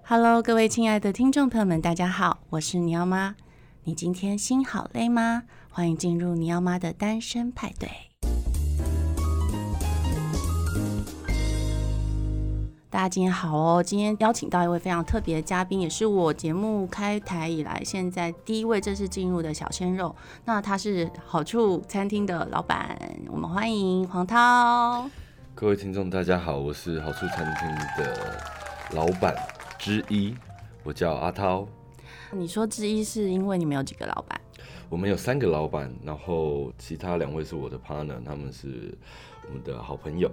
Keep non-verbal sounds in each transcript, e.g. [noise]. Hello，各位亲爱的听众朋友们，大家好，我是尼奥妈。你今天心好累吗？欢迎进入尼奥妈的单身派对。大家今天好哦！今天邀请到一位非常特别的嘉宾，也是我节目开台以来现在第一位正式进入的小鲜肉。那他是好处餐厅的老板，我们欢迎黄涛。各位听众，大家好，我是好处餐厅的老板之一，我叫阿涛。你说之一是因为你们有几个老板？我们有三个老板，然后其他两位是我的 partner，他们是我们的好朋友。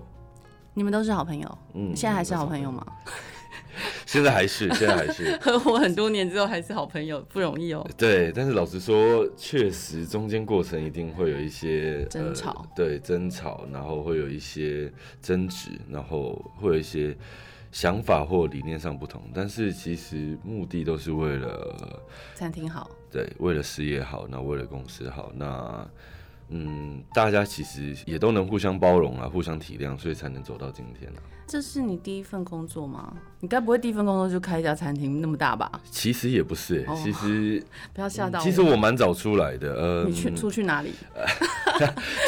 你们都是好朋友，嗯现在还是好朋友 [laughs] 吗？。现在还是，现在还是 [laughs] 合伙很多年之后还是好朋友，不容易哦。对，但是老实说，确实中间过程一定会有一些争吵呃，对争吵，然后会有一些争执，然后会有一些想法或理念上不同，但是其实目的都是为了 [laughs] 餐厅好，对，为了事业好，那为了公司好，那嗯，大家其实也都能互相包容啊，互相体谅，所以才能走到今天啊。这是你第一份工作吗？你该不会第一份工作就开一家餐厅那么大吧？其实也不是、欸，哦其实、不要吓到我。嗯其实我蛮早出来的，呃，你去出去哪里？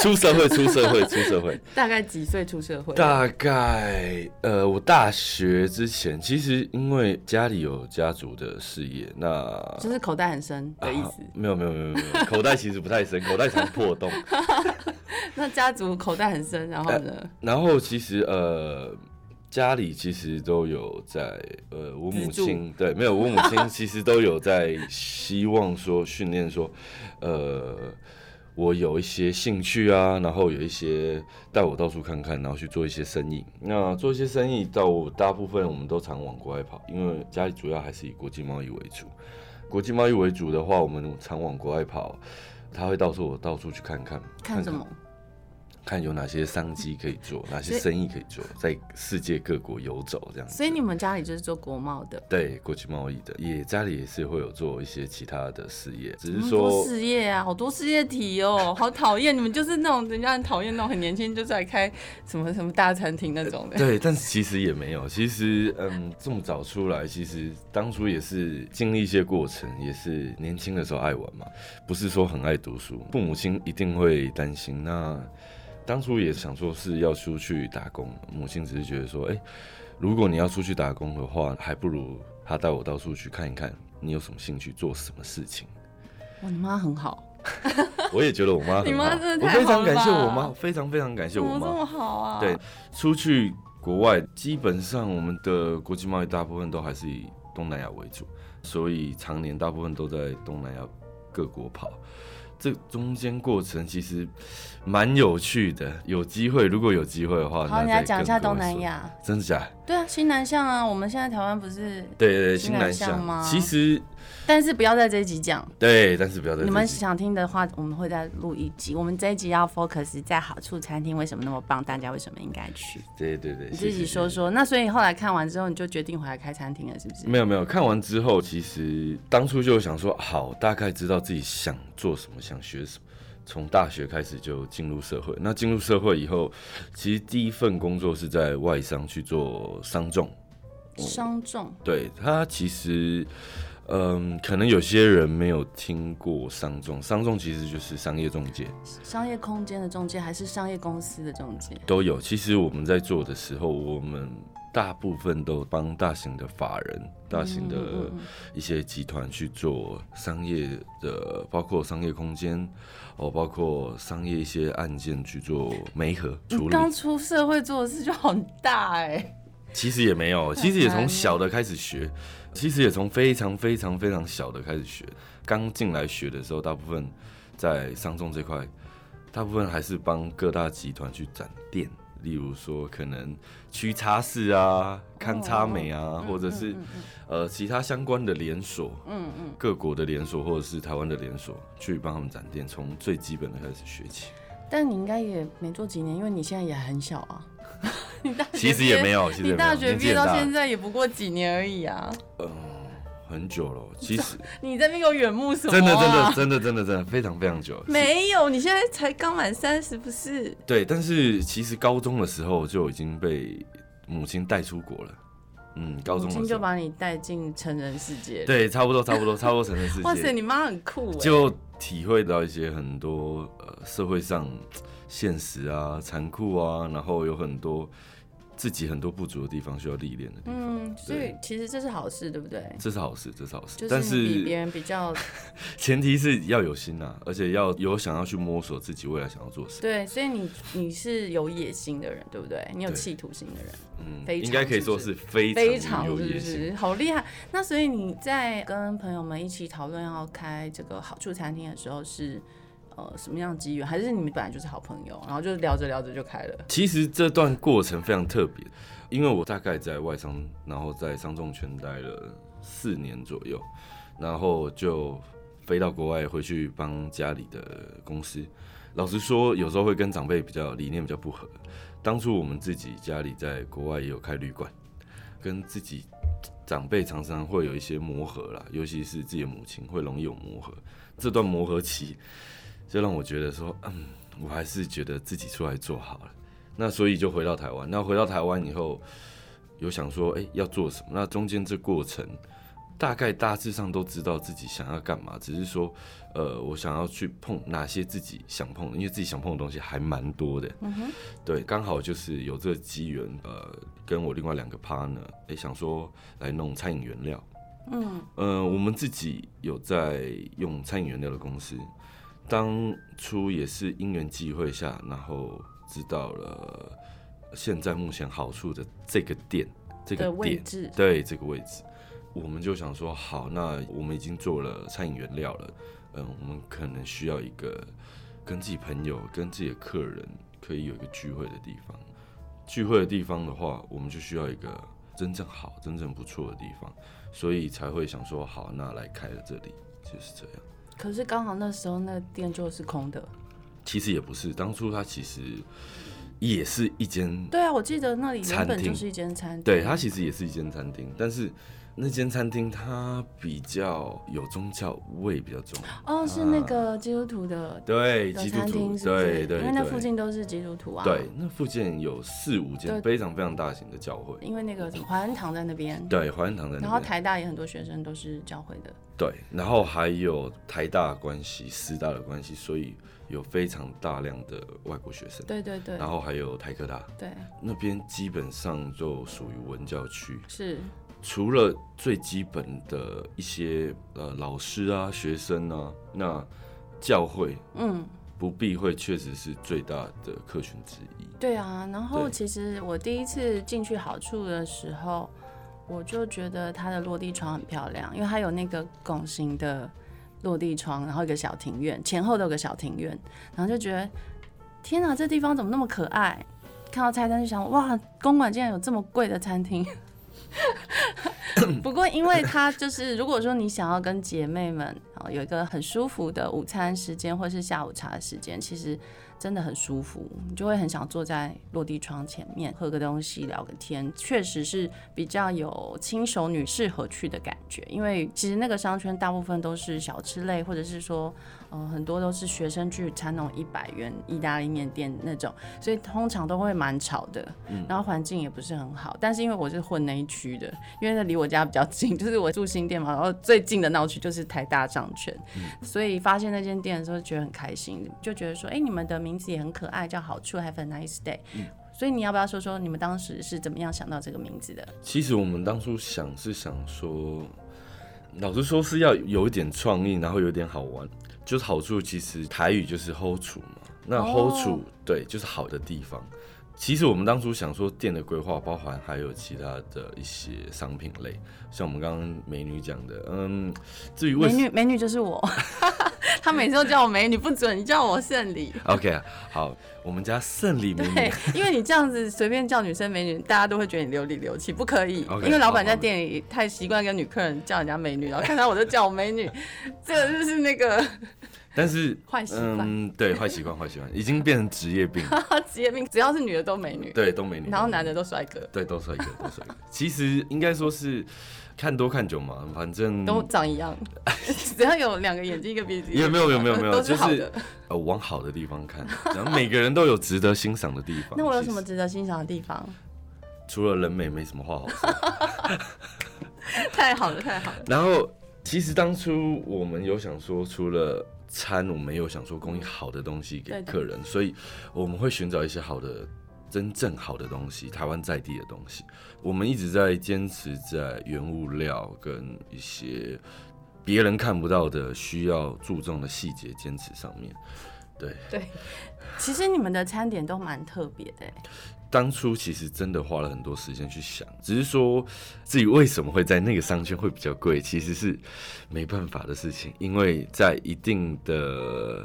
出社会，出社会，出 [laughs] 社会，大概几岁出社会？大概呃，我大学之前，其实因为家里有家族的事业，那就是口袋很深的意思。啊没有没有没有没有，没有口袋其实不太深，口袋常破洞。那家族口袋很深，然后呢？然后其实呃，家里其实都有在呃，我母资助亲对没有，我母亲其实都有在希望说训练说，呃，我有一些兴趣啊，然后有一些带我到处看看，然后去做一些生意。那做一些生意到我大部分我们都常往国外跑，因为家里主要还是以国际贸易为主。国际贸易为主的话，我们常往国外跑，他会到时候我到处去看看，看什么？看有哪些商机可以做，哪些生意可以做，在世界各国游走这样子。所以你们家里就是做国贸的，对国际贸易的，也家里也是会有做一些其他的事业，只很嗯是多说事业啊，好多事业体 [laughs] 哦，好讨厌！你们就是那种人家很讨厌那种很年轻就在开什么什么大餐厅那 [laughs] 种的。对，但是其实也没有，其实嗯，这么早出来，其实当初也是经历一些过程，也是年轻的时候爱玩嘛，不是说很爱读书，父母亲一定会担心。那当初也想说是要出去打工，母亲只是觉得说，哎、如果你要出去打工的话，还不如他带我到处去看一看，你有什么兴趣，做什么事情。哇，你妈很好，我也觉得我妈你很妈好，真的我太非好常了感谢吧我妈，我非常非常感谢怎我么这妈。么好啊？对，出去国外，基本上我们的国际贸易大部分都还是以东南亚为主，所以常年大部分都在东南亚各国跑。这中间过程其实蛮有趣的，有机会如果有机会的话，好，那你来再讲一跟下各位东南说，亚。真的假的？对啊，新南向啊，我们现在台湾不是，对对对，新新南南向吗向。其实但是不要在这一集讲。对，但是不要在你这们集想听的话，我们会再录一集。我们这一集要 focus 在好处餐厅为什么那么棒，大家为什么应该去，对对对，你谢自谢己谢说谢嗯说。那所以后来看完之后，你就决定回来开餐厅了，是不是？没有没有，看完之后，其实当初就想说，好，大概知道自己想做什么，想学什么。从大学开始就进入社会，那进入社会以后，其实第一份工作是在外商去做商众，伤重，对他其实，嗯，可能有些人没有听过商众，商众其实就是商业中介，商业空间的中介还是商业公司的中介？都有。其实我们在做的时候，我们大部分都帮大型的法人、大型嗯的一些集团去做商业的，包括商业空间，哦，包括商业一些案件去做媒合处你理。刚出社会做的事就很大哎、其实也没有，其实也从小的开始学，其实也从非常非常非常小的开始学。刚进来学的时候，大部分在商众这块，大部分还是帮各大集团去展店，例如说可能屈叉式哦啊、康叉美嗯啊，或者是呃其他相关的连锁，嗯嗯，各国的连锁或者是台湾的连锁，去帮他们展店，从最基本的开始学 [laughs] 起。但你应该也没做几年，因为你现在也很小啊。 [laughs] 你大学其实也没有，有，其实也你没有大学年毕纪业很到大现在也不过几年而已啊！很久了，其实。你在那边给我远目什么、啊？真的真的真的真的真的非常非常久。[laughs] 是没有，你现在才刚满三十，不是？对，但是其实高中的时候就已经被母亲带出国了。嗯，高中母的亲时就候，把你带进成人世界。，对，差不多，差不多，差不多成人世界。哇塞，你妈很酷哎、就体会到一些很多呃社会上现实啊、残酷啊，然后有很多自己很多不足的地方需要历练的地方。嗯，所以对其实这是好事，对不对？这是好事，这是好事，就但是你比别是人比较前提是要有心啊，而且要有想要去摸索自己未来想要做什么。对，所以你你是有野心的人，对不对？你有对企图心的人，嗯，非常应该可以说是非非常常有是野不心。是好厉害？那所以你在跟朋友们一起讨论要开这个好处餐厅的时候是。呃，什么样的机缘？还是你们本来就是好朋友，然后就聊着聊着就开了？其实这段过程非常特别，因为我大概在外商，然后在商众圈待了四年左右，然后就飞到国外回去帮家里的公司。老实说，有时候会跟长辈比较理念比较不合。当初我们自己家里在国外也有开旅馆，跟自己长辈常常会有一些磨合啦，尤其是自己的母亲会容易有磨合。这段磨合期就让我觉得说，嗯，我还是觉得自己出来做好了。那所以就回到台湾。那回到台湾以后，有想说，哎、要做什么？那中间这过程，大概大致上都知道自己想要干嘛，只是说，呃，我想要去碰哪些自己想碰的，因为自己想碰的东西还蛮多的。嗯哼，对，刚好就是有这个机缘，呃，跟我另外两个 partner，哎、想说来弄餐饮原料。嗯，呃，我们自己有在用餐饮原料的公司，当初也是因缘际会下，然后知道了现在目前好处的这个店，这个的位店，置，对这个位置，我们就想说，好，那我们已经做了餐饮原料了，嗯，我们可能需要一个跟自己朋友、跟自己的客人可以有一个聚会的地方。聚会的地方的话，我们就需要一个真正好、真正不错的地方，所以才会想说，好，那来开了这里，就是这样。可是刚好那时候那店就是空的。其实也不是，当初它其实也是一间，对啊，我记得那里原餐本就厅是一间餐厅。对，它其实也是一间餐厅，但是那间餐厅它比较有宗教味比较重，哦，是那个基督徒的啊对，的基督餐徒厅，，是不是对对对，因为那附近都是基督徒啊。对，那附近有四五对间非常非常大型的教会，因为那个什么华恩堂在那边，对，华人堂在嗯然后那边，台大也很多学生都是教会的。对，然后还有台大的关系、师大的关系，所以有非常大量的外国学生，对对对然后还有台科大对，那边基本上就属于文教区，是除了最基本的一些呃老师啊、学生啊，那教会嗯。不避讳，确实是最大的客群之一。对啊，然后对其实我第一次进去好处的时候，我就觉得它的落地窗很漂亮，因为它有那个拱形的落地窗，然后一个小庭院，前后都有个小庭院，然后就觉得天啊哪，这地方怎么那么可爱？看到菜单就想，哇，公馆竟然有这么贵的餐厅。 [coughs] 不过，因为它就是，如果说你想要跟姐妹们啊有一个很舒服的午餐时间，或是下午茶的时间，其实真的很舒服，你就会很想坐在落地窗前面喝个东西、聊个天，确实是比较有轻熟女适合去的感觉。因为其实那个商圈大部分都是小吃类，或者是说，呃，很多都是学生聚餐那种一百元意大利面店那种，所以通常都会蛮吵的，然后环境也不是很好。但是因为我是混那一区的，因为那离我家比较近，就是我住新店嘛，然后最近的闹区就是台大商圈，所以发现那间店的时候觉得很开心，就觉得说，哎、你们的名字也很可爱，叫好处 Have a nice 嗯 day。所以你要不要说说你们当时是怎么样想到这个名字的？其实我们当初想是想说，老实说是要有一点创意，然后有点好玩。就是好处，其实台语就是 hold 处嘛，那哦 hold 处、对就是好的地方。其实我们当初想说店的规划，包含还有其他的一些商品类，像我们刚刚美女讲的，嗯，至于为美什么女，美女就是我， [laughs] 她每次都叫我美女，不准叫我圣礼。 ，OK，好，我们家圣礼美对女，因为你这样子随便叫女生美女，大家都会觉得你流里流气，不可以。 OK，因为老板好在店里太习惯跟女客人叫人家美女，然后看到我就叫我美女，这个就是那个嗯但是 [laughs] 坏习惯 [laughs] 嗯，对，坏习惯，坏习惯，已经变成职业病了，职业病，只要是女的都美女，对，都美女，然后男的都帅哥，对，都帅哥，都帅哥。其实应该说是看多看久嘛，反正都长一 [laughs] 样，只要有两个眼睛一个鼻子，也没有没有没有没 [laughs] 有，都是就好的。是呃往好的地方看，然后每个人都有值得欣赏的地方。 [laughs] 那我有其什么实？值得欣赏的地方？除了人美没什么话好说。 [laughs] 太好了，太好了，然后其实当初我们有想说，除了餐，我们有想说供应好的东西给对的客人，所以我们会寻找一些好的、真正好的东西，台湾在地的东西。我们一直在坚持在原物料跟一些别人看不到的、需要注重的细节坚持上面。对。其实你们的餐点都蛮特别的欸，当初其实真的花了很多时间去想，只是说至于为什么会在那个商圈会比较贵，其实是没办法的事情，因为在一定的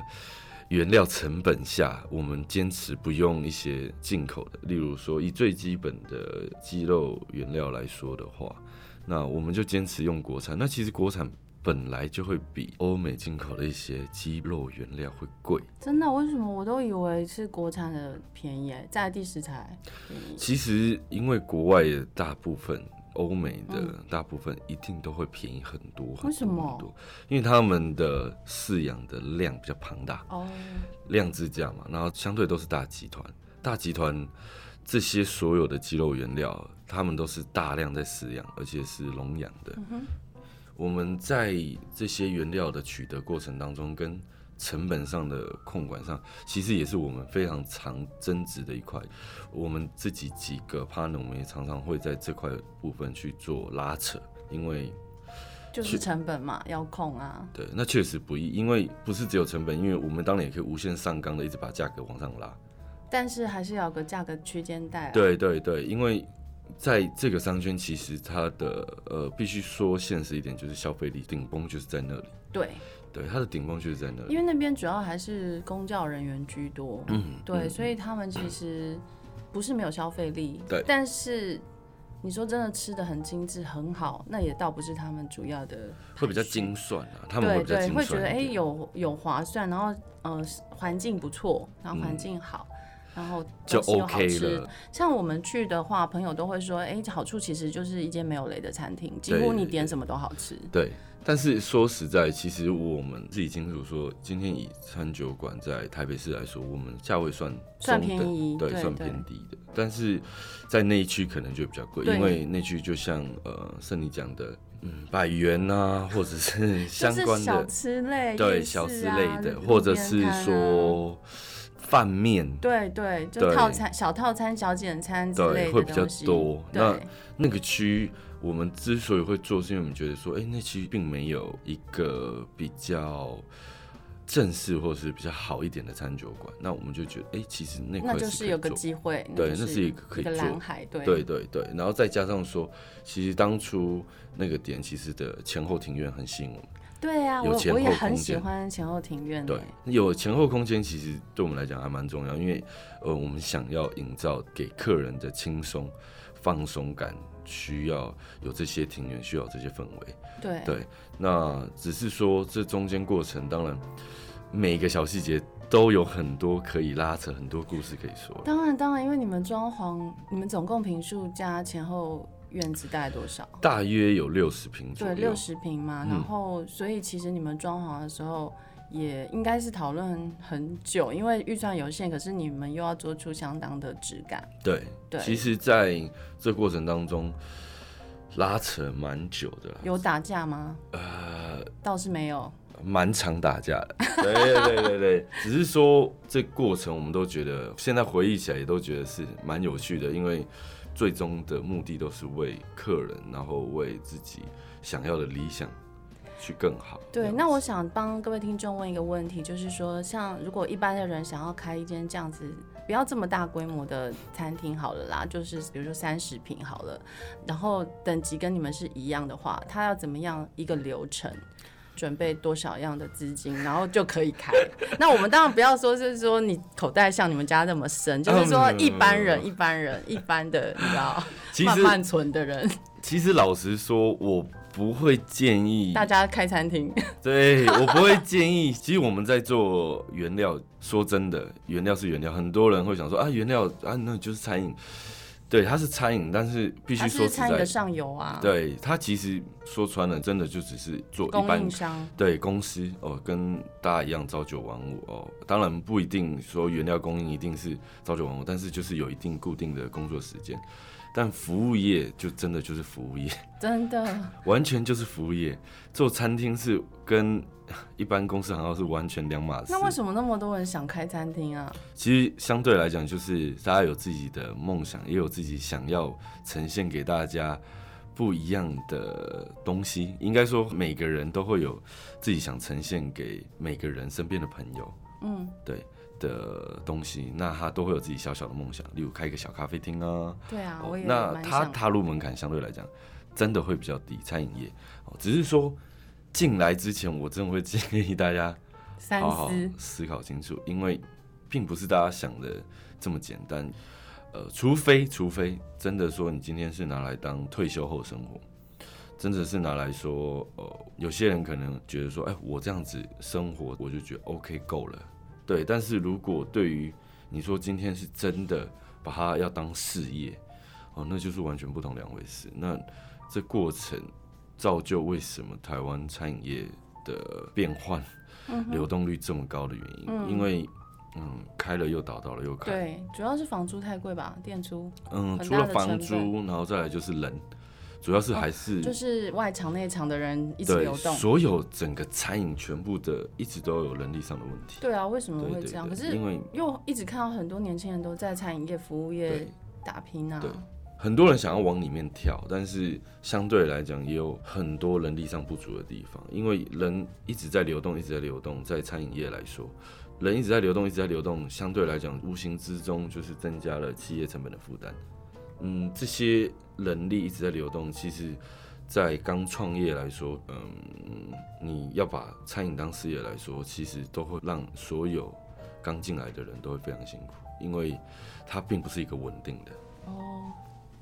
原料成本下，我们坚持不用一些进口的，例如说以最基本的鸡肉原料来说的话，那我们就坚持用国产。那其实国产本来就会比欧美进口的一些鸡肉原料会贵。真的？为什么我都以为是国产的便宜欸，在地食材便宜？其实，因为国外的大部分欧美的大部分一定都会便宜很多，很多嗯为什么很多？因为他们的饲养的量比较庞大，哦，量之价嘛，然后相对都是大集团，大集团这些所有的鸡肉原料，他们都是大量在饲养，而且是笼养的。我们在这些原料的取得过程当中，跟成本上的控管上，其实也是我们非常常争执的一块。我们自己几个 partner，我们也常常会在这块部分去做拉扯，因为就是成本嘛，要控啊。对，那确实不易，因为不是只有成本，因为我们当然也可以无限上纲的一直把价格往上拉。但是还是要有个价格区间带、啊。，对对对，因为在这个商圈，其实它的呃，必须说现实一点，就是消费力顶峰就是在那里，对，对，它的顶峰就是在那因里。为那边主要还是公教人员居多，嗯对，所以他们其实不是没有消费力，对但是你说真的吃的很精致很好，那也倒不是他们主要的，会比较精算啊，他们会对比较对，精会算一点。觉得哎、有有划算，然后呃环境不错，然后环境好。然后嗯就东西又好 OK 吃了像我们去的话，朋友都会说，哎，好处其实就是一间没有雷的餐厅，几对乎对你对点什么都好吃。对，但是说实在，其实我们自己清楚说，今天以餐酒馆在台北市来说，我们价位算算中等便宜对，对算对偏低的。但是在内区可能就比较贵，对因为内区就像呃盛你讲的，嗯，百元啊，或者是就相是关小的，吃类，对夜小市吃啊类的，或者是，路边摊啊说饭面，对对，就对套餐、小套餐、小简餐之类对的会比较东西多对那那个区我们之所以会做，是因为我们觉得说，哎、那区并没有一个比较正式或是比较好一点的餐酒馆，那我们就觉得，哎、其实那那块就是是可以有个做机会，对就那是一个可以一个做蓝海，对对对对，然后再加上说，其实当初那个点其实的前后庭院很吸引我们，对啊，有我前我也后很空喜间欢前后庭院，欸对，有前后空间其实对我们来讲还蛮重要，因为呃，我们想要营造给客人的轻松放松感，需要有这些庭院，需要有这些氛围。对对那只是说这中间过程，当然每个小细节都有很多可以拉扯，很多故事可以说。当然当然，因为你们装潢，你们总共平数加前后院子大概多少？大约有六十平左对，右，六十平嘛，然嗯后所以其实你们装潢的时候也应该是讨论很久，因为预算有限，可是你们又要做出相当的质感，对，对其实在这过程当中拉扯蛮久的啦，有打架吗？呃，倒是没有，蛮常打架的。对对对对对，只是说这过程我们都觉得，现在回忆起来也都觉得是蛮有趣的，因为最终的目的都是为客人，然后为自己想要的理想去更好。这对，样那我想帮各位听众问一个问题，就是说，像如果一般的人想要开一间这样子，不要这么大规模的餐厅好了啦，就是比如说三十平好了，然后等级跟你们是一样的话，他要怎么样一个流程？准备多少样的资金，然后就可以开。 [laughs] 那我们当然不要说，就是说你口袋像你们家那么深，就是说一般人、一般人、一般的，你知道，嗯其慢实慢存的人，其实老实说，我不会建议大家开餐厅。对我不会建议。其实我们在做原料，说真的，原料是原料。很多人会想说啊，原料啊，那就是餐饮。对，它是餐饮，但是必须它说是实餐饮的在，上游啊，对它其实说穿了，真的就只是做一供般应商。对公司哦，跟大家一样朝九晚五哦。当然不一定说原料供应一定是朝九晚五，但是就是有一定固定的工作时间。但服务业就真的就是服务业， [laughs] 真的，完全就是服务业。做餐厅是跟一般公司行号是完全两码事。那为什么那么多人想开餐厅啊？其实相对来讲，就是大家有自己的梦想，也有自己想要呈现给大家不一样的东西。应该说，每个人都会有自己想呈现给每个人身边的朋友，嗯，对的东西，那他都会有自己小小的梦想，例如开一个小咖啡厅啊，对啊，哦我也那蛮他想。踏入门槛相对来讲，真的会比较低，餐饮业哦，只是说进来之前，我真的会建议大家三好好思，思考清楚，因为并不是大家想的这么简单。呃，除非除非真的说你今天是拿来当退休后生活，真的是拿来说，呃，有些人可能觉得说，哎、我这样子生活，我就觉得 OK 够了，对。但是如果对于你说今天是真的把它要当事业，哦，那就是完全不同两回事。那这过程造就为什么台湾餐饮业的变换嗯哼流动率这么高的原因，嗯因为嗯开了又倒，倒了又开，对，主要是房租太贵吧，店租嗯，很除大的了房成哦租，然后再来就是人，主要是还是、就是外场内场的人一直对流动。所有整个餐饮全部的一直都有人力上的问题，对啊，为什么对会对这样？对，可是因为又一直看到很多年轻人都在餐饮业、服务业对打拼啊对。很多人想要往里面跳，但是相对来讲也有很多人力上不足的地方，因为人一直在流动，一直在流动，在餐饮业来说。人一直在流动，一直在流动，相对来讲，无形之中就是增加了企业成本的负担。嗯，这些人力一直在流动，其实，在刚创业来说，嗯，你要把餐饮当事业来说，其实都会让所有刚进来的人都会非常辛苦，因为它并不是一个稳定的。哦，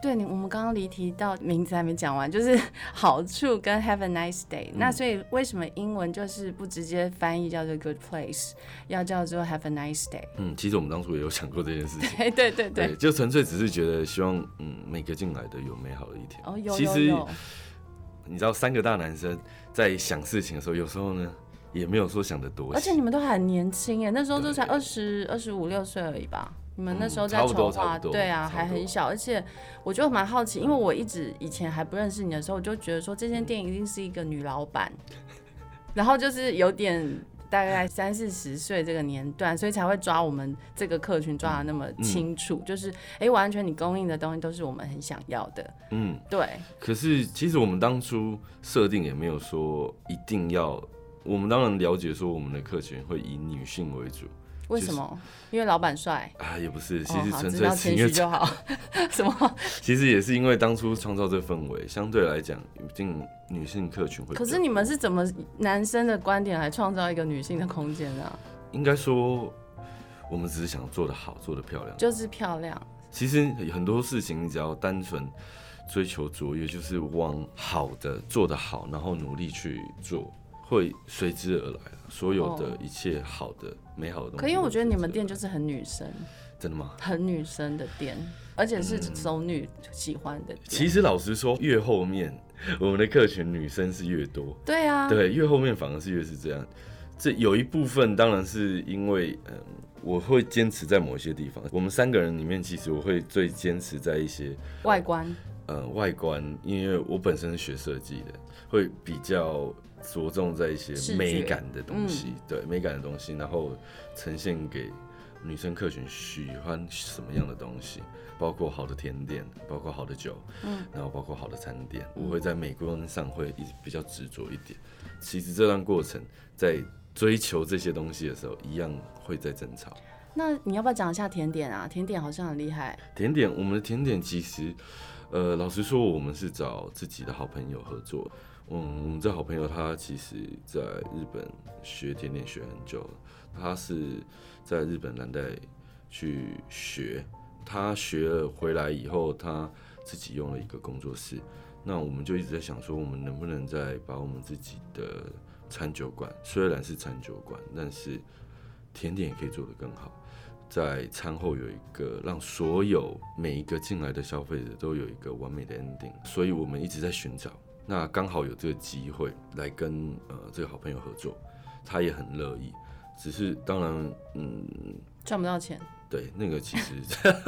对你，我们刚刚离题到名字还没讲完，就是 [laughs] 好处跟 Have a nice day、那嗯所以为什么英文就是不直接翻译叫做 Good place，要叫做 Have a nice day？ [laughs] 嗯，其实我们当初也有想过这件事情，对对 [laughs] 对对。对，就纯粹只是觉得希望，嗯，每个进来的有美好的一天。哦，有其有实有，你知道，三个大男生在想事情的时候，有时候呢也没有说想的多而且细，你们都很年轻耶，那时候都才对二十二十五六岁而已吧。你们那时候嗯在差不筹多划，差不多对啊，差不还多很小，而且我就蛮好奇，因为我一直以前还不认识你的时候，我就觉得说这间店一定是一个女老 [laughs] 板，然后就是有点大概三四十岁这个年段，所以才会抓我们这个客群抓的那么嗯清楚，就是哎、诶完全你供应的东西都是我们很想要的，嗯。对，可是其实我们当初设定也没有说一定要，我们当然了解说我们的客群会以女性为主为就是什么？因为老板帅。啊，也不是，其哦实，好，纯知粹道是谦因为虚就 [laughs] 好。什么？其实也是因为当初创造这氛围，相对来讲，一定女性客群会比较。可是你们是怎么男生的观点来创造一个女性的空间呢、应该说，我们只是想做的好，做的漂亮。就是漂亮，其实很多事情，你只要单纯追求卓越，就是往好的做得好，然后努力去做，会随之而来啊。所有的哦一切好的、美好的东西。可因为我觉得你们店就是很女生，真的吗？很女生的店，而且是熟女喜欢的店。嗯其实老实说，越后面我们的客群女生是越多，对啊，对，越后面反而是越是这样。这有一部分当然是因为，嗯，我会坚持在某些地方。我们三个人里面，其实我会最坚持在一些外观呃外观，因为我本身是学设计的，会比较着重在一视些觉嗯美感的东西，对美感的东西，然后呈现给女生客群喜欢什么样的东西，包括好的甜点，包括好的酒，嗯，然后包括好的餐点，我会在美观上会一直比较执着一点。其实这段过程在追求这些东西的时候，一样会在争吵。那你要不要讲一下甜点啊？甜点好像很厉害，甜点，我们的甜点其实，呃，老实说，我们是找自己的好朋友合作。嗯，我们这好朋友他其实在日本学甜点学很久了，他是在日本蓝带去学，他学了回来以后，他自己用了一个工作室。那我们就一直在想说，我们能不能再把我们自己的餐酒馆，虽然是餐酒馆，但是甜点也可以做得更好。在餐后有一个让所有每一个进来的消费者都有一个完美的 ending，所以我们一直在寻找。那刚好有这个机会来跟呃这个好朋友合作，他也很乐意。只是当然，嗯，赚不到钱。对，那个其实 [laughs]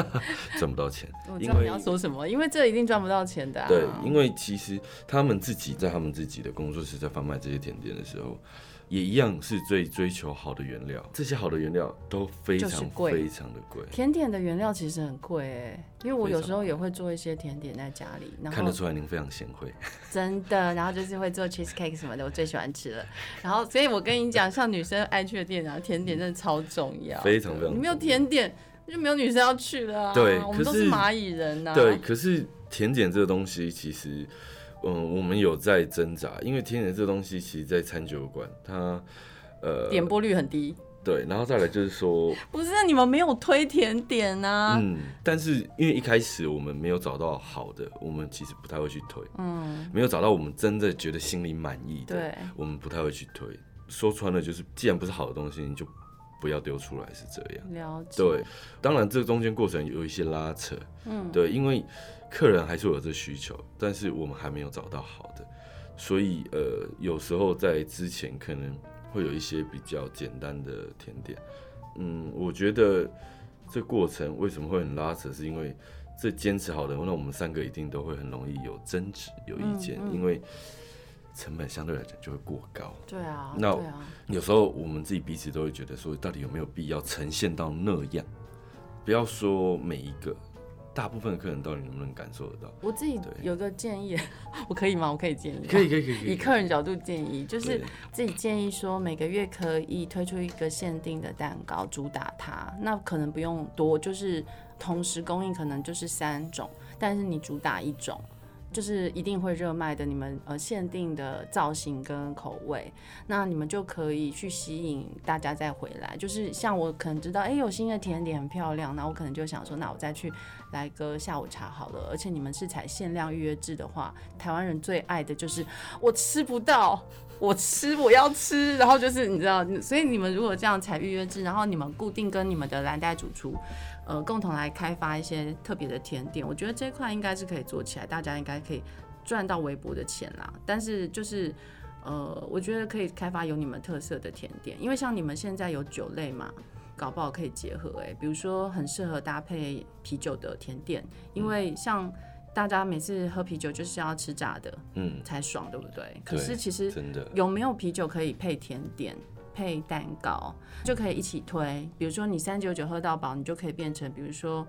赚不到 [laughs] 钱，我知因道你为要说什么，因为这一定赚不到钱的、啊。对，因为其实他们自己在他们自己的工作室在贩卖这些甜点的时候，也一样是最追求好的原料。这些好的原料都非就是常贵非常的贵，甜点的原料其实很贵哎、因为我非有常时候也会做一些甜点在家里，然看后得出来您非常贤惠。真的，然后就是会做 cheesecake 什么的，我最喜欢吃了。然后，所以我跟你讲，像女生爱去的店啊，甜点真的超重要，非常非常啊你没有甜点，就没有女生要去了啊。对我们都可是是蚂蚁人呐、啊。对，，可是甜点这个东西，其实，嗯，我们有在挣扎，因为甜点这个东西，其实，在餐酒馆，它，呃，点播率很低。对，然后再来就是说，不是你们没有推甜点啊？嗯，但是因为一开始我们没有找到好的，我们其实不太会去推，嗯，没有找到我们真的觉得心里满意的，对，我们不太会去推。说穿了就是，既然不是好的东西，你就不要丢出来，是这样。了解。对，当然这中间过程有一些拉扯，嗯，对，因为客人还是有这需求，但是我们还没有找到好的，所以呃，有时候在之前可能会有一些比较简单的甜点，嗯，我觉得这过程为什么会很拉扯，是因为这坚持好的，那我们三个一定都会很容易有争执、有意见，嗯嗯因为成本相对来讲就会过高。对啊，那对啊，有时候我们自己彼此都会觉得说，到底有没有必要呈现到那样？不要说每一个，大部分的客人到底能不能感受得到？我自己对有个建议， [laughs] 我可以吗？我可以建议吗。可以可以可以可以，以客人角度建议，就是对自己建议说每个月可以推出一个限定的蛋糕，主打它。那可能不用多，就是同时供应可能就是三种，但是你主打一种。就是一定会热卖的，你们呃限定的造型跟口味，那你们就可以去吸引大家再回来。就是像我可能知道，哎、有新的甜点很漂亮，那我可能就想说，那我再去来个下午茶好了。而且你们是采限量预约制的话，台湾人最爱的就是我吃不到，我吃我要吃，然后就是你知道，所以你们如果这样采预约制，然后你们固定跟你们的蓝带主厨，呃，共同来开发一些特别的甜点，我觉得这一块应该是可以做起来，大家应该可以赚到微薄的钱啦。但是就是。呃，我觉得可以开发有你们特色的甜点，因为像你们现在有酒类嘛，搞不好可以结合哎、比如说很适合搭配啤酒的甜点，因为像大家每次喝啤酒就是要吃炸的，嗯，才爽，对不对？可是其实真的有没有啤酒可以配甜点、配蛋糕，就可以一起推。比如说你三九九喝到饱，你就可以变成比如说。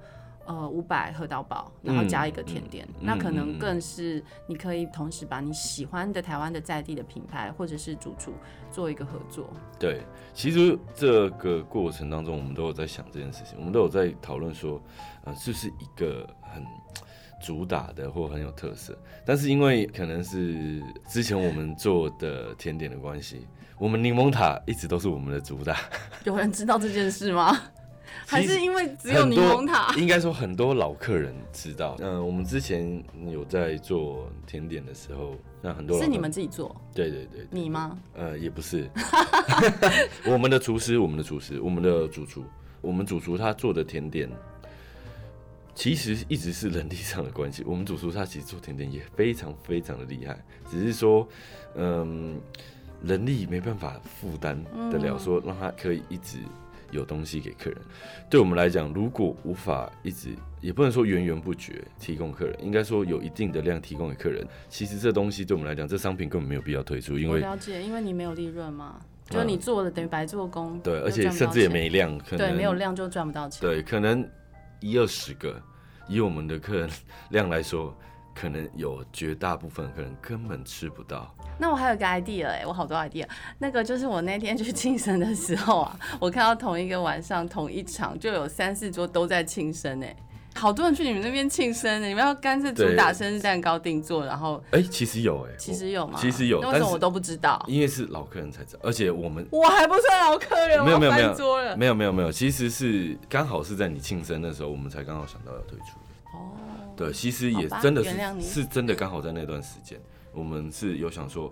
呃，五百喝到饱，然后加一个甜点，嗯那嗯可能嗯更是你可以同时把你喜欢的台湾的在地的品牌或者是主厨做一个合作。对。其实这个过程当中，我们都有在想这件事情，我们都有在讨论说，呃，是不是一个很主打的或很有特色？但是因为可能是之前我们做的甜点的关系，我们柠檬塔一直都是我们的主打。有人知道这件事 [laughs] 吗？还其实是因为只有很柠多檬塔？应该说很多老客人知道。嗯、我们之前有在做甜点的时候，那很多老是客你们自己做？对对对，你吗？呃，也不是， [laughs] 我们的厨师，我们的厨师，我们的主厨，我们主厨他做的甜点，其实一直是人力上的关系。我们主厨他其实做甜点也非常非常的厉害，只是说，嗯，人力没办法负担得了，说让他可以一直。有东西给客人，对我们来讲，如果无法一直，也不能说源源不绝提供客人，应该说有一定的量提供给客人。其实这东西对我们来讲，这商品根本没有必要推出，因我为嗯了解，因为你没有利润嘛，就是你做了等于白做工，对，又而且赚不到甚至也钱没嗯量，可能对没有量就赚不到钱。对可能一二十个，以我们的客人 [laughs] 量来说，可能有绝大部分客人根本吃不到。那我还有一个 idea 哎、我好多 idea。那个就是我那天去庆生的时候啊， [laughs] 我看到同一个晚上同一场就有三四桌都在庆生哎、好多人去你们那边庆生欸呢、你们要干脆主对打生日蛋糕定做，然后哎、其实有哎、其实有吗？其实有那为什但么是我都不知道我？因为是老客人才知道，而且我们我还不算老客人，没有我没要有没翻桌了有。没有没有没有，其实是刚好是在你庆生的时候，我们才刚好想到要推出。哦，对，其实好也吧真的原谅你是是真的刚好在那段时间，我们是有想说，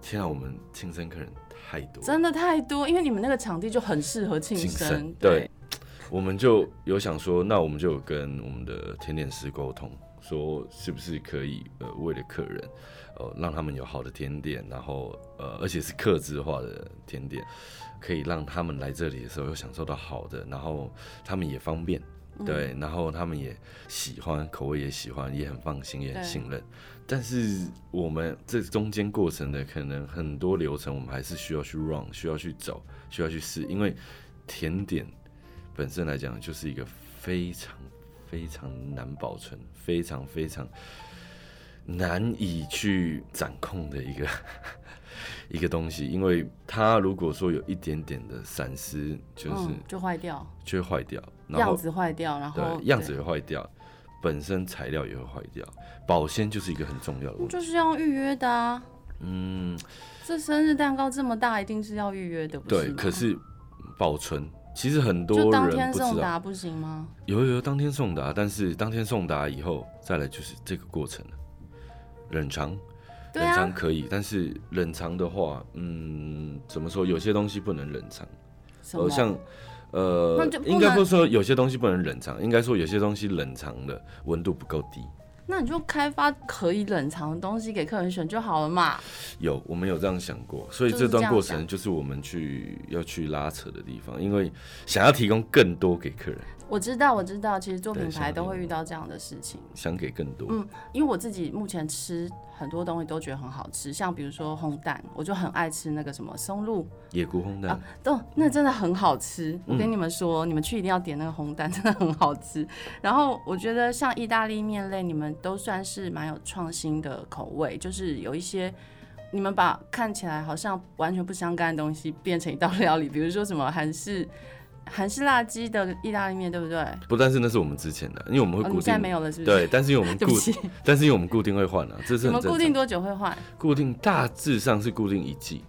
天啊，我们庆生客人太多了，真的太多，因为你们那个场地就很适合庆谨生慎，。对，我们就有想说，那我们就有跟我们的甜点师沟通，说是不是可以呃为了客人，呃，让他们有好的甜点，然后呃，而且是克制化的甜点，可以让他们来这里的时候有享受到好的，然后他们也方便，对，然后他们也喜欢，口味也喜欢，也很放心，也对很信任。但是我们这中间过程的可能很多流程，我们还是需要去 run，需要去走，需要去试，因为甜点本身来讲就是一个非常非常难保存、非常非常难以去掌控的一个 [laughs] 一个东西，因为它如果说有一点点的闪失，就是嗯，就坏掉，就会坏掉，然样后子坏掉，然后对样子也会坏掉，本身材料也会坏掉，保鲜就是一个很重要的对问题。就是要预约的啊。嗯，这生日蛋糕这么大，一定是要预约的，不对，吗可是保存其实很多就当天人不送知道，达不行吗？有有有当天送达，但是当天送达以后，再来就是这个过程了，冷藏。对冷藏啊，可以，但是冷藏的话，嗯，怎么说？有些东西不能冷藏，什呃，么？像呃那就，不应该能不是说有些东西不能冷藏，应该说有些东西冷藏的温度不够低。那你就开发可以冷藏的东西给客人选就好了嘛。有，我们有这样想过，所以就是这这段样过想程就是我们去要去拉扯的地方，因为想要提供更多给客人，我知道，我知道，其实做对品牌像都这会种遇到这样的事情。想给更多。嗯，因为我自己目前吃很多东西都觉得很好吃，像比如说烘蛋，我就很爱吃那个什么松露，野菇烘蛋，哦，嗯那真的很好吃。我跟你们说，你们去一定要点那个烘蛋，真 [laughs] 的很好吃。然后我觉得像意大利面类，你们都算是蛮有创新的口味，就是有一些你们把看起来好像完全不相干的东西变成一道料理，比 [laughs] 如说什么韩式韩式辣鸡的意大利面，对不对？不，但是那是我们之前的，因为我们会哦，你固们现在没定。有了，是不是？对，但是因为我 [laughs] 们对不固，起，但是因为我们固定会换啊，这你是们很正固常定。多久会换？固定大致上是固定一季，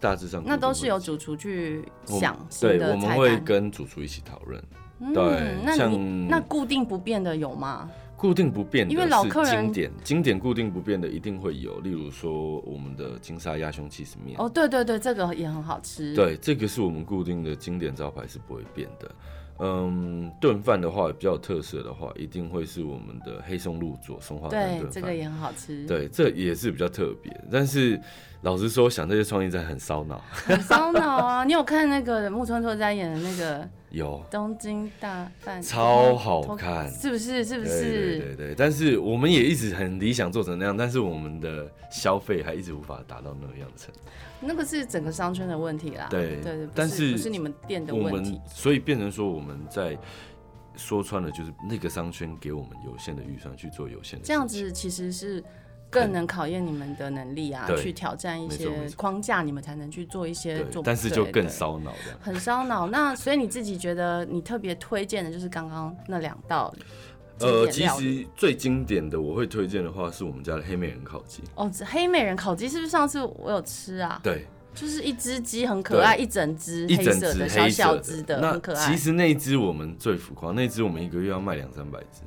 大致上固定那都是会由主厨去我们想新，对我的们菜会单。跟主厨一起讨论。嗯对，那你像那固定不变的有吗？固定不变的，因为老客人经典经典固定不变的一定会有，例如说我们的金沙鸭胸气死面。哦，对对对，这个也很好吃。，对，这个是我们固定的经典招牌是不会变的。嗯，炖饭的话比较有特色的话，一定会是我们的黑松露佐松花蛋对炖，这饭。个也很好吃。，对，这也是比较特别。但是老实说，想这些创意真的很烧脑。很烧脑啊！你有看那个木村拓哉演的那个《有，东京大饭店》？超好看是不是？是不对是？对对，但是我们也一直很理想做成那样，但是我们的消费还一直无法达到那个样子。那个是整个商圈的问题啦。对对对，不但是是不是你们店的我问们题。所以变成说我们在说穿了，就是那个商圈给我们有限的预算去做有限的这样事情子其实是更能考验你们的能力啊，对去挑战一没错些没错框架，你们才能去做一些做不对，但是对就的更烧脑的。很烧脑。那所以你自己觉得你特别推荐的就是刚刚那两道经典呃，其料理实最经典的我会推荐的话是我们家的黑美人烤鸡，哦，这黑美人烤鸡是不是上次我有吃啊？对，就是一只鸡很可爱，一整只一黑整色只的小黑小色只的，那很可其爱。实那一只我们最浮夸，那一只我们一个月要卖两三百只。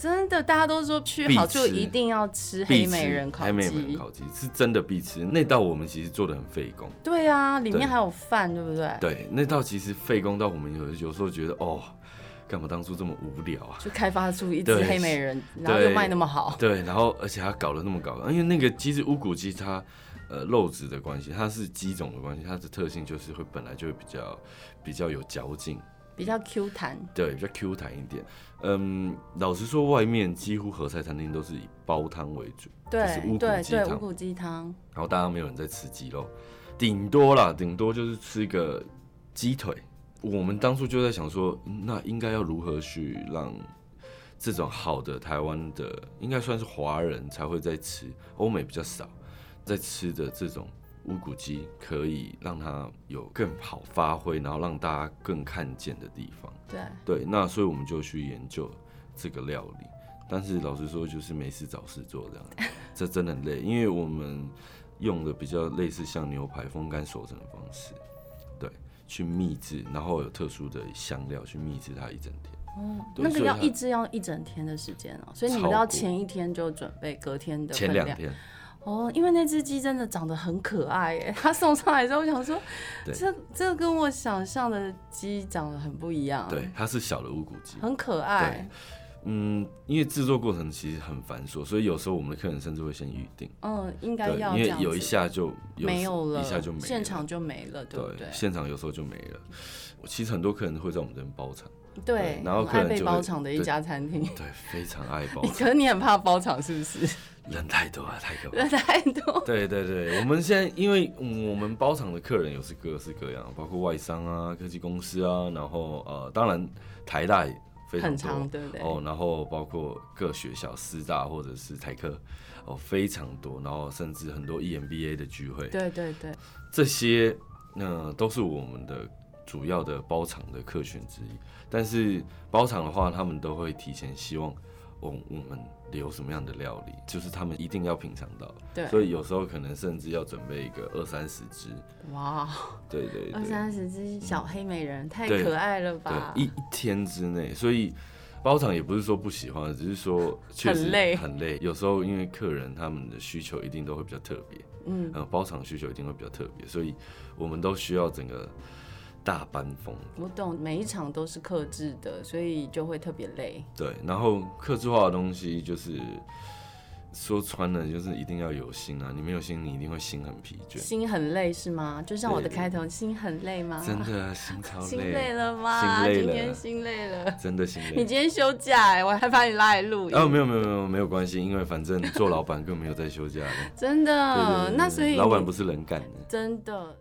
真的，大家都说去必好处吃一定要吃必黑吃美人烤黑美人鸡。烤鸡是真的必吃。那道我们其实做的很费工，对啊，里面对还有饭，对不对？对，那道其实费工到我们有有时候觉得哦，干嘛当初这么无聊啊？就开发出一只对黑美人，然后又对卖那么好。对，然后而且还搞得那么搞，因为那个其实乌骨鸡它呃肉质的关系，它是鸡种的关系，它的特性就是会本来就会比较比较有嚼劲，比较 Q 弹，对，比较 Q 弹一点。嗯，老实说，外面几乎和菜餐厅都是以煲汤为主，就是对乌骨对鸡对，汤五谷鸡汤，然后大家没有人在吃鸡肉，顶多啦，顶多就是吃个鸡腿。我们当初就在想说，嗯那应该要如何去让这种好的台湾的，应该算是华人才会在吃，欧美比较少在吃的这种乌骨鸡，可以让它有更好发挥，然后让大家更看见的地方。对，对，那所以我们就去研究这个料理。但是老实说，就是没事找事做这样，这真的很累，因为我们用的比较类似像牛排风干熟成的方式，对，去秘制，然后有特殊的香料去秘制它一整天。哦，对那个所以要它一只要一整天的时间哦，所以你们超都要过前一天就准备隔天的前分两量天，哦，因为那只鸡真的长得很可爱耶， [laughs] 它送上来之后，我想说，对这这跟我想象的鸡长得很不一样，对，，它是小的乌骨鸡，很可爱，嗯，因为制作过程其实很繁琐，所以有时候我们的客人甚至会先预定，嗯，应该对，要这因为样有一子下就有没时有了，一下就没了，现场就没了，对对不对？现场有时候就没了。其实很多客人会在我们这边 [laughs] 包场，对，然后很客爱人被就包会场的一对哦家餐厅。对，非常爱包你场， [laughs] 可是你很怕包场是不是？ [laughs] 人太多啊了，太可怕了。人太多，对对对，我们现在因为我们包场的客人有是各式各样，包括外商啊、科技公司啊，然后呃，当然台大也非常很多长，对不对？哦，然后包括各学校、师大或者是台科哦，非常多，然后甚至很多 E EMBA 的聚会，对对对，这些呃、都是我们的主要的包场的客群之一。但是包场的话，他们都会提前希望我我们留什么样的料理，就是他们一定要品尝到。对所以有时候可能甚至要准备一个二三十只，哇，对对二对，三十只小黑美人太对可爱了对吧？一一天之内，所以包场也不是说不喜欢，只是 [laughs] 说确实很累很累。有时候因为客人他们的需求一定都会比较特别，嗯，呃，包场需求一定会比较特别，所以我们都需要整个大班风。我懂，每一场都是克制的，所以就会特别累。对，然后客制化的东西就是说穿了，就是一定要有心啊！你没有心，你一定会心很疲倦。心很累是吗？就像我的对开头，心很累吗？真的心超心累累，了吗？心累了今天心累了。真 [laughs] 的心你累。今天休假哎、我还把你拉来录音。哦，没有没有没有没有关系，因为反正做老板更没有在休假的。真的，对对对对嗯那所以老板你不是人干的。真的。